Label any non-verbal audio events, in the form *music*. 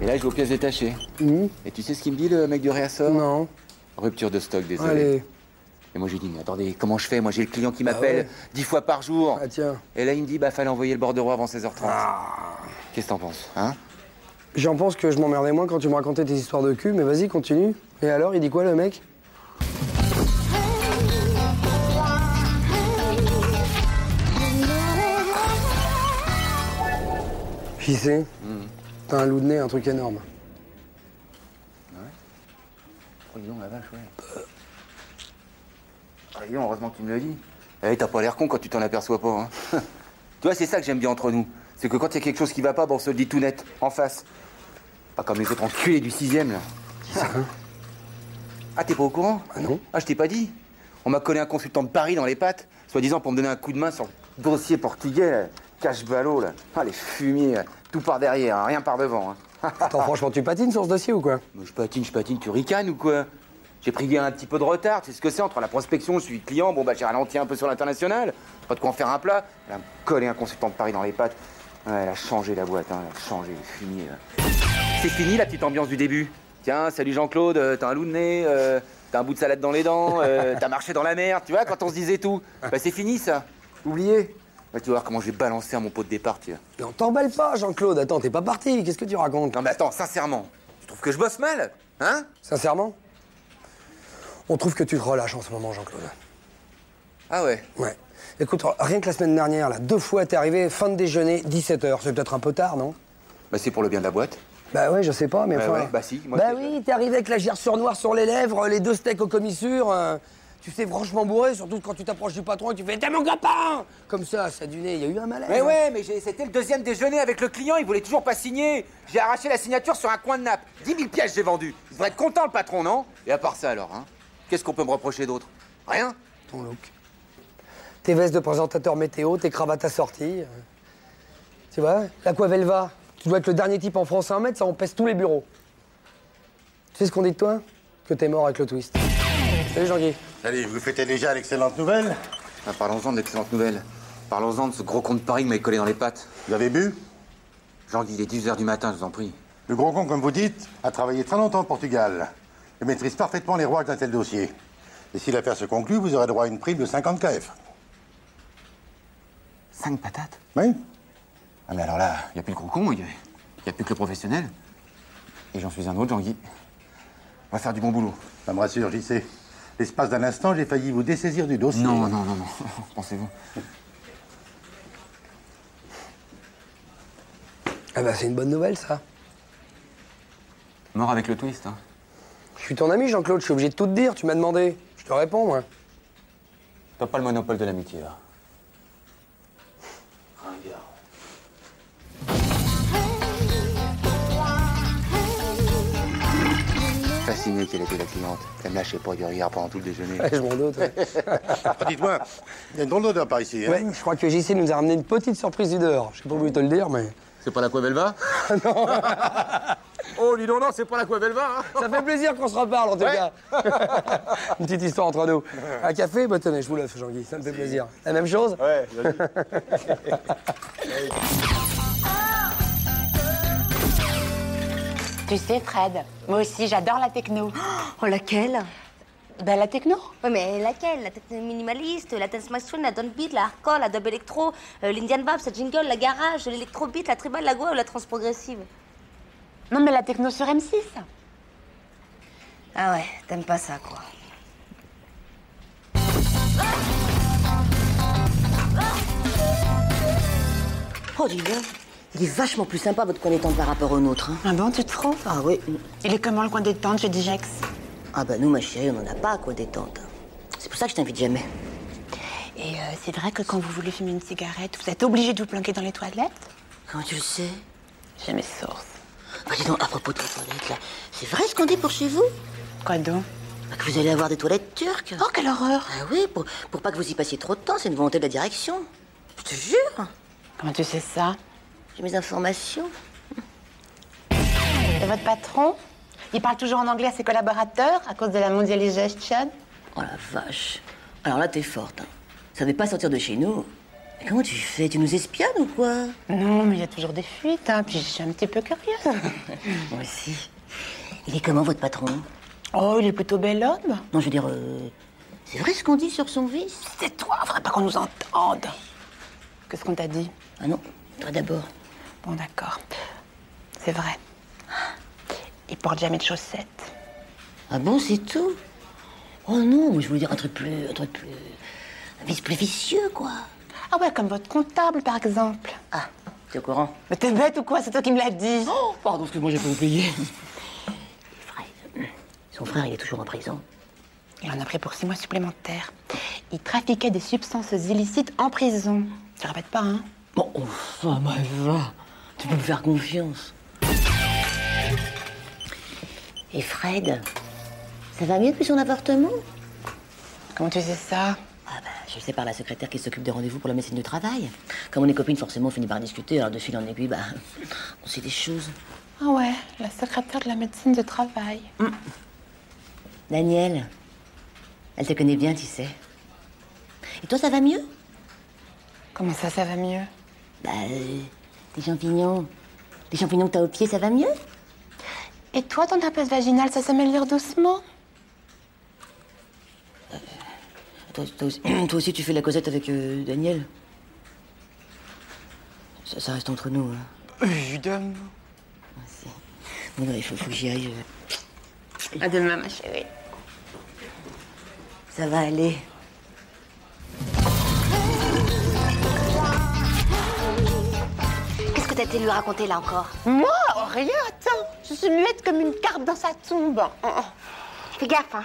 Et là, je vais aux pièces détachées. Mmh. Et tu sais ce qu'il me dit, le mec du réassort Non. Rupture de stock, désolé. Allez. Bah Et moi, j'ai dit, mais attendez, comment je fais Moi, j'ai le client qui m'appelle dix fois par jour. Ah tiens. Ah. Et là, il me dit, bah, fallait envoyer le bordereau avant 16h30. Qu'est-ce que t'en penses, hein J'en pense que je m'emmerdais moins quand tu me racontais tes histoires de cul, mais vas-y, continue. Et alors, il dit quoi le mec Qui c'est Hmm. T'as un loup de nez, un truc énorme. Oh, dis donc, la vache, ouais. Euh. Ah, dis donc, heureusement que tu me le dis. Eh, t'as pas l'air con quand tu t'en aperçois pas, hein. *laughs* tu vois, c'est ça que j'aime bien entre nous. C'est que quand il y a quelque chose qui va pas, bon, on se le dit tout net, en face. Pas comme les autres enculés du sixième, là. Hein. Ah, t'es pas au courant Ah non. Ah, je t'ai pas dit. On m'a collé un consultant de Paris dans les pattes, soi-disant pour me donner un coup de main sur le dossier portugais, là. cache ballot, là. Ah, les fumiers, là. tout par derrière, hein, rien par devant. hein. *laughs* Attends, franchement, tu patines sur ce dossier ou quoi Mais je patine, je patine, tu ricanes ou quoi J'ai pris un petit peu de retard, tu sais ce que c'est, entre la prospection, je suis client, bon bah j'ai ralenti un peu sur l'international, pas de quoi en faire un plat. Elle a me collé un consultant de Paris dans les pattes. Ouais, elle a changé la boîte, hein, elle a changé, les fumiers. là. C'est fini la petite ambiance du début. Tiens, salut Jean-Claude, euh, t'as un loup de nez, euh, t'as un bout de salade dans les dents, euh, t'as marché dans la mer, tu vois, quand on se disait tout. Bah c'est fini ça, oublié. Bah, tu vas voir comment je vais balancer à mon pot de départ, tu vois. Non, t'emballe pas, Jean-Claude. Attends, t'es pas parti. Qu'est-ce que tu racontes Non mais attends, sincèrement, tu trouves que je bosse mal Hein Sincèrement On trouve que tu te relâches en ce moment, Jean-Claude. Ah ouais Ouais. Écoute, rien que la semaine dernière, là, deux fois, t'es arrivé fin de déjeuner, 17h. C'est peut-être un peu tard, non Bah c'est pour le bien de la boîte. Bah ouais, je sais pas, mais Bah enfin... ouais, bah si, moi, bah c'est- oui, t'es arrivé avec la gerçure noire sur les lèvres, les deux steaks aux commissures. euh, tu sais, franchement bourré, surtout quand tu t'approches du patron et tu fais « T'es mon copain !» Comme ça, ça du nez, il y a eu un malaise. Mais hein. Eh ouais, mais j'ai- c'était le deuxième déjeuner avec le client, il voulait toujours pas signer. J'ai arraché la signature sur un coin de nappe. 10 000 pièces j'ai vendu. Il devrait être content le patron, non Et à part ça alors, hein Qu'est-ce qu'on peut me reprocher d'autre Rien Ton look. Tes vestes de présentateur météo, tes cravates assorties. euh. Tu vois, l'Aquavelva, tu dois être le dernier type en France à un mètre, ça en pèse tous les bureaux. Tu sais ce qu'on dit de toi Que t'es mort avec le twist. Salut Jean-Guy. Allez, vous fêtez déjà l'excellente nouvelle Ah, Parlons-en de l'excellente nouvelle. Parlons-en de ce gros con de Paris qui m'avait collé dans les pattes. Vous avez bu Jean-Guy, il est 10h du matin, je vous en prie. Le gros con, comme vous dites, a travaillé très longtemps au Portugal et maîtrise parfaitement les rouages d'un tel dossier. Et si l'affaire se conclut, vous aurez droit à une prime de 50 KF. 5 patates Oui Ah mais alors là, il a plus le gros con, il y a- y a plus que le professionnel. Et j'en suis un autre, Jean-Guy. On va faire du bon boulot. Ça me rassure, j'y sais. L'espace d'un instant, j'ai failli vous dessaisir du dossier. Non, non, non, *laughs* non. Pensez-vous. Ah bah c'est une bonne nouvelle ça. Mort avec le twist, hein. Je suis ton ami Jean-Claude, je suis obligé de tout te dire, tu m'as demandé. Je te réponds moi. T'as pas le monopole de l'amitié, là. Fasciné qu'elle était la cliente. Elle me lâchait pas du regard pendant tout le déjeuner. Ouais, je m'en doute. ouais. Ah, Dites-moi, il y a une drôle d'odeur par ici, hein Ouais, je crois que JC nous a ramené une petite surprise du dehors. Je sais pas voulu te le dire, mais... C'est pas la Belva Non Oh, dis donc, non, c'est pas la Belva, hein Ça fait plaisir qu'on se reparle en tout cas. *laughs* Une petite histoire entre nous. Un café, bah tenez, je vous l'offre Jean-Guy, ça me fait plaisir. La même chose Ouais, Tu sais, Fred, moi aussi, j'adore la techno. Oh, laquelle *gasps* Ben, la techno Ouais, mais laquelle La tête minimaliste, la dance machine, la don't beat, la hardcore, la dub électro, euh, l'Indian Babs, la jingle, la garage, l'électro beat, la tribal, la goa ou la transprogressive Non, mais la techno sur M6. Ah ouais, t'aimes pas ça, quoi. Oh, dis donc, il est vachement plus sympa votre connaissance par rapport au nôtre. hein. Ah bon, tu te trompes Ah oui, Il est comment le coin des tentes chez Digex ah bah nous, ma chérie, on n'en a pas, quoi, détente. C'est pour ça que je t'invite jamais. Et euh, c'est vrai que quand vous voulez fumer une cigarette, vous êtes obligé de vous planquer dans les toilettes Comment tu le sais J'ai mes sources. Bah dis donc, à propos de les toilettes, là, c'est vrai ce qu'on dit pour chez vous Quoi donc Bah, Que vous allez avoir des toilettes turques Oh, quelle horreur Ah oui, pour, pour pas que vous y passiez trop de temps, c'est une volonté de la direction. Je te jure Comment tu sais ça J'ai mes informations. Et votre patron Il parle toujours en anglais à ses collaborateurs à cause de la mondialisation Oh la vache. Alors là, t'es forte. Hein. Ça devait pas sortir de chez nous. Mais comment tu fais Tu nous espionnes ou quoi Non, mais il y a toujours des fuites, hein, puis je suis un petit peu curieuse. Moi aussi. Il est comment votre patron *laughs* oh, il est plutôt bel homme. Non, je veux dire, euh, c'est vrai ce qu'on dit sur son vice C'est toi, faudrait pas qu'on nous entende. Qu'est-ce qu'on t'a dit Ah non, toi d'abord. Bon, d'accord. C'est vrai. Il porte jamais de chaussettes. Ah bon, c'est tout Oh non, moi, je voulais dire un truc plus, un truc plus, un vice plus vicieux, quoi. Ah ouais, comme votre comptable, par exemple. Ah, t'es au courant Mais t'es bête ou quoi C'est toi qui me l'as dit. Oh, pardon, excuse-moi, j'ai pas oublié. *laughs* Son frère, il est toujours en prison. Il en a pris pour six mois supplémentaires. Il trafiquait des substances illicites en prison. Tu répètes pas, hein Bon, enfin, Maëva, tu peux me faire confiance. Et Fred, ça va mieux depuis son appartement Comment tu sais ça Ah bah, je le sais par la secrétaire qui s'occupe des rendez-vous pour la médecine du travail. Comme on est copines, forcément, on finit par discuter. Alors, de fil en aiguille, bah, on sait des choses. Ah ouais, la secrétaire de la médecine de travail. Daniel, elle te connaît bien, tu sais. Et toi, ça va mieux Comment ça, ça va mieux Bah, euh, tes champignons, les champignons que t'as au pied, ça va mieux Et toi, ton impasse vaginale, ça s'améliore doucement Toi, toi aussi, *clears throat* toi aussi, tu fais la causette avec euh, Daniel ça, ça reste entre nous. Hein. Évidemment. Bon, non, il faut, faut que j'y aille. euh. À demain, ma chérie. Ça va aller. Qu'est-ce que t'as été lui raconter là encore Moi, rien, attends. Je suis muette comme une carte dans sa tombe. Oh, oh. Fais gaffe, hein.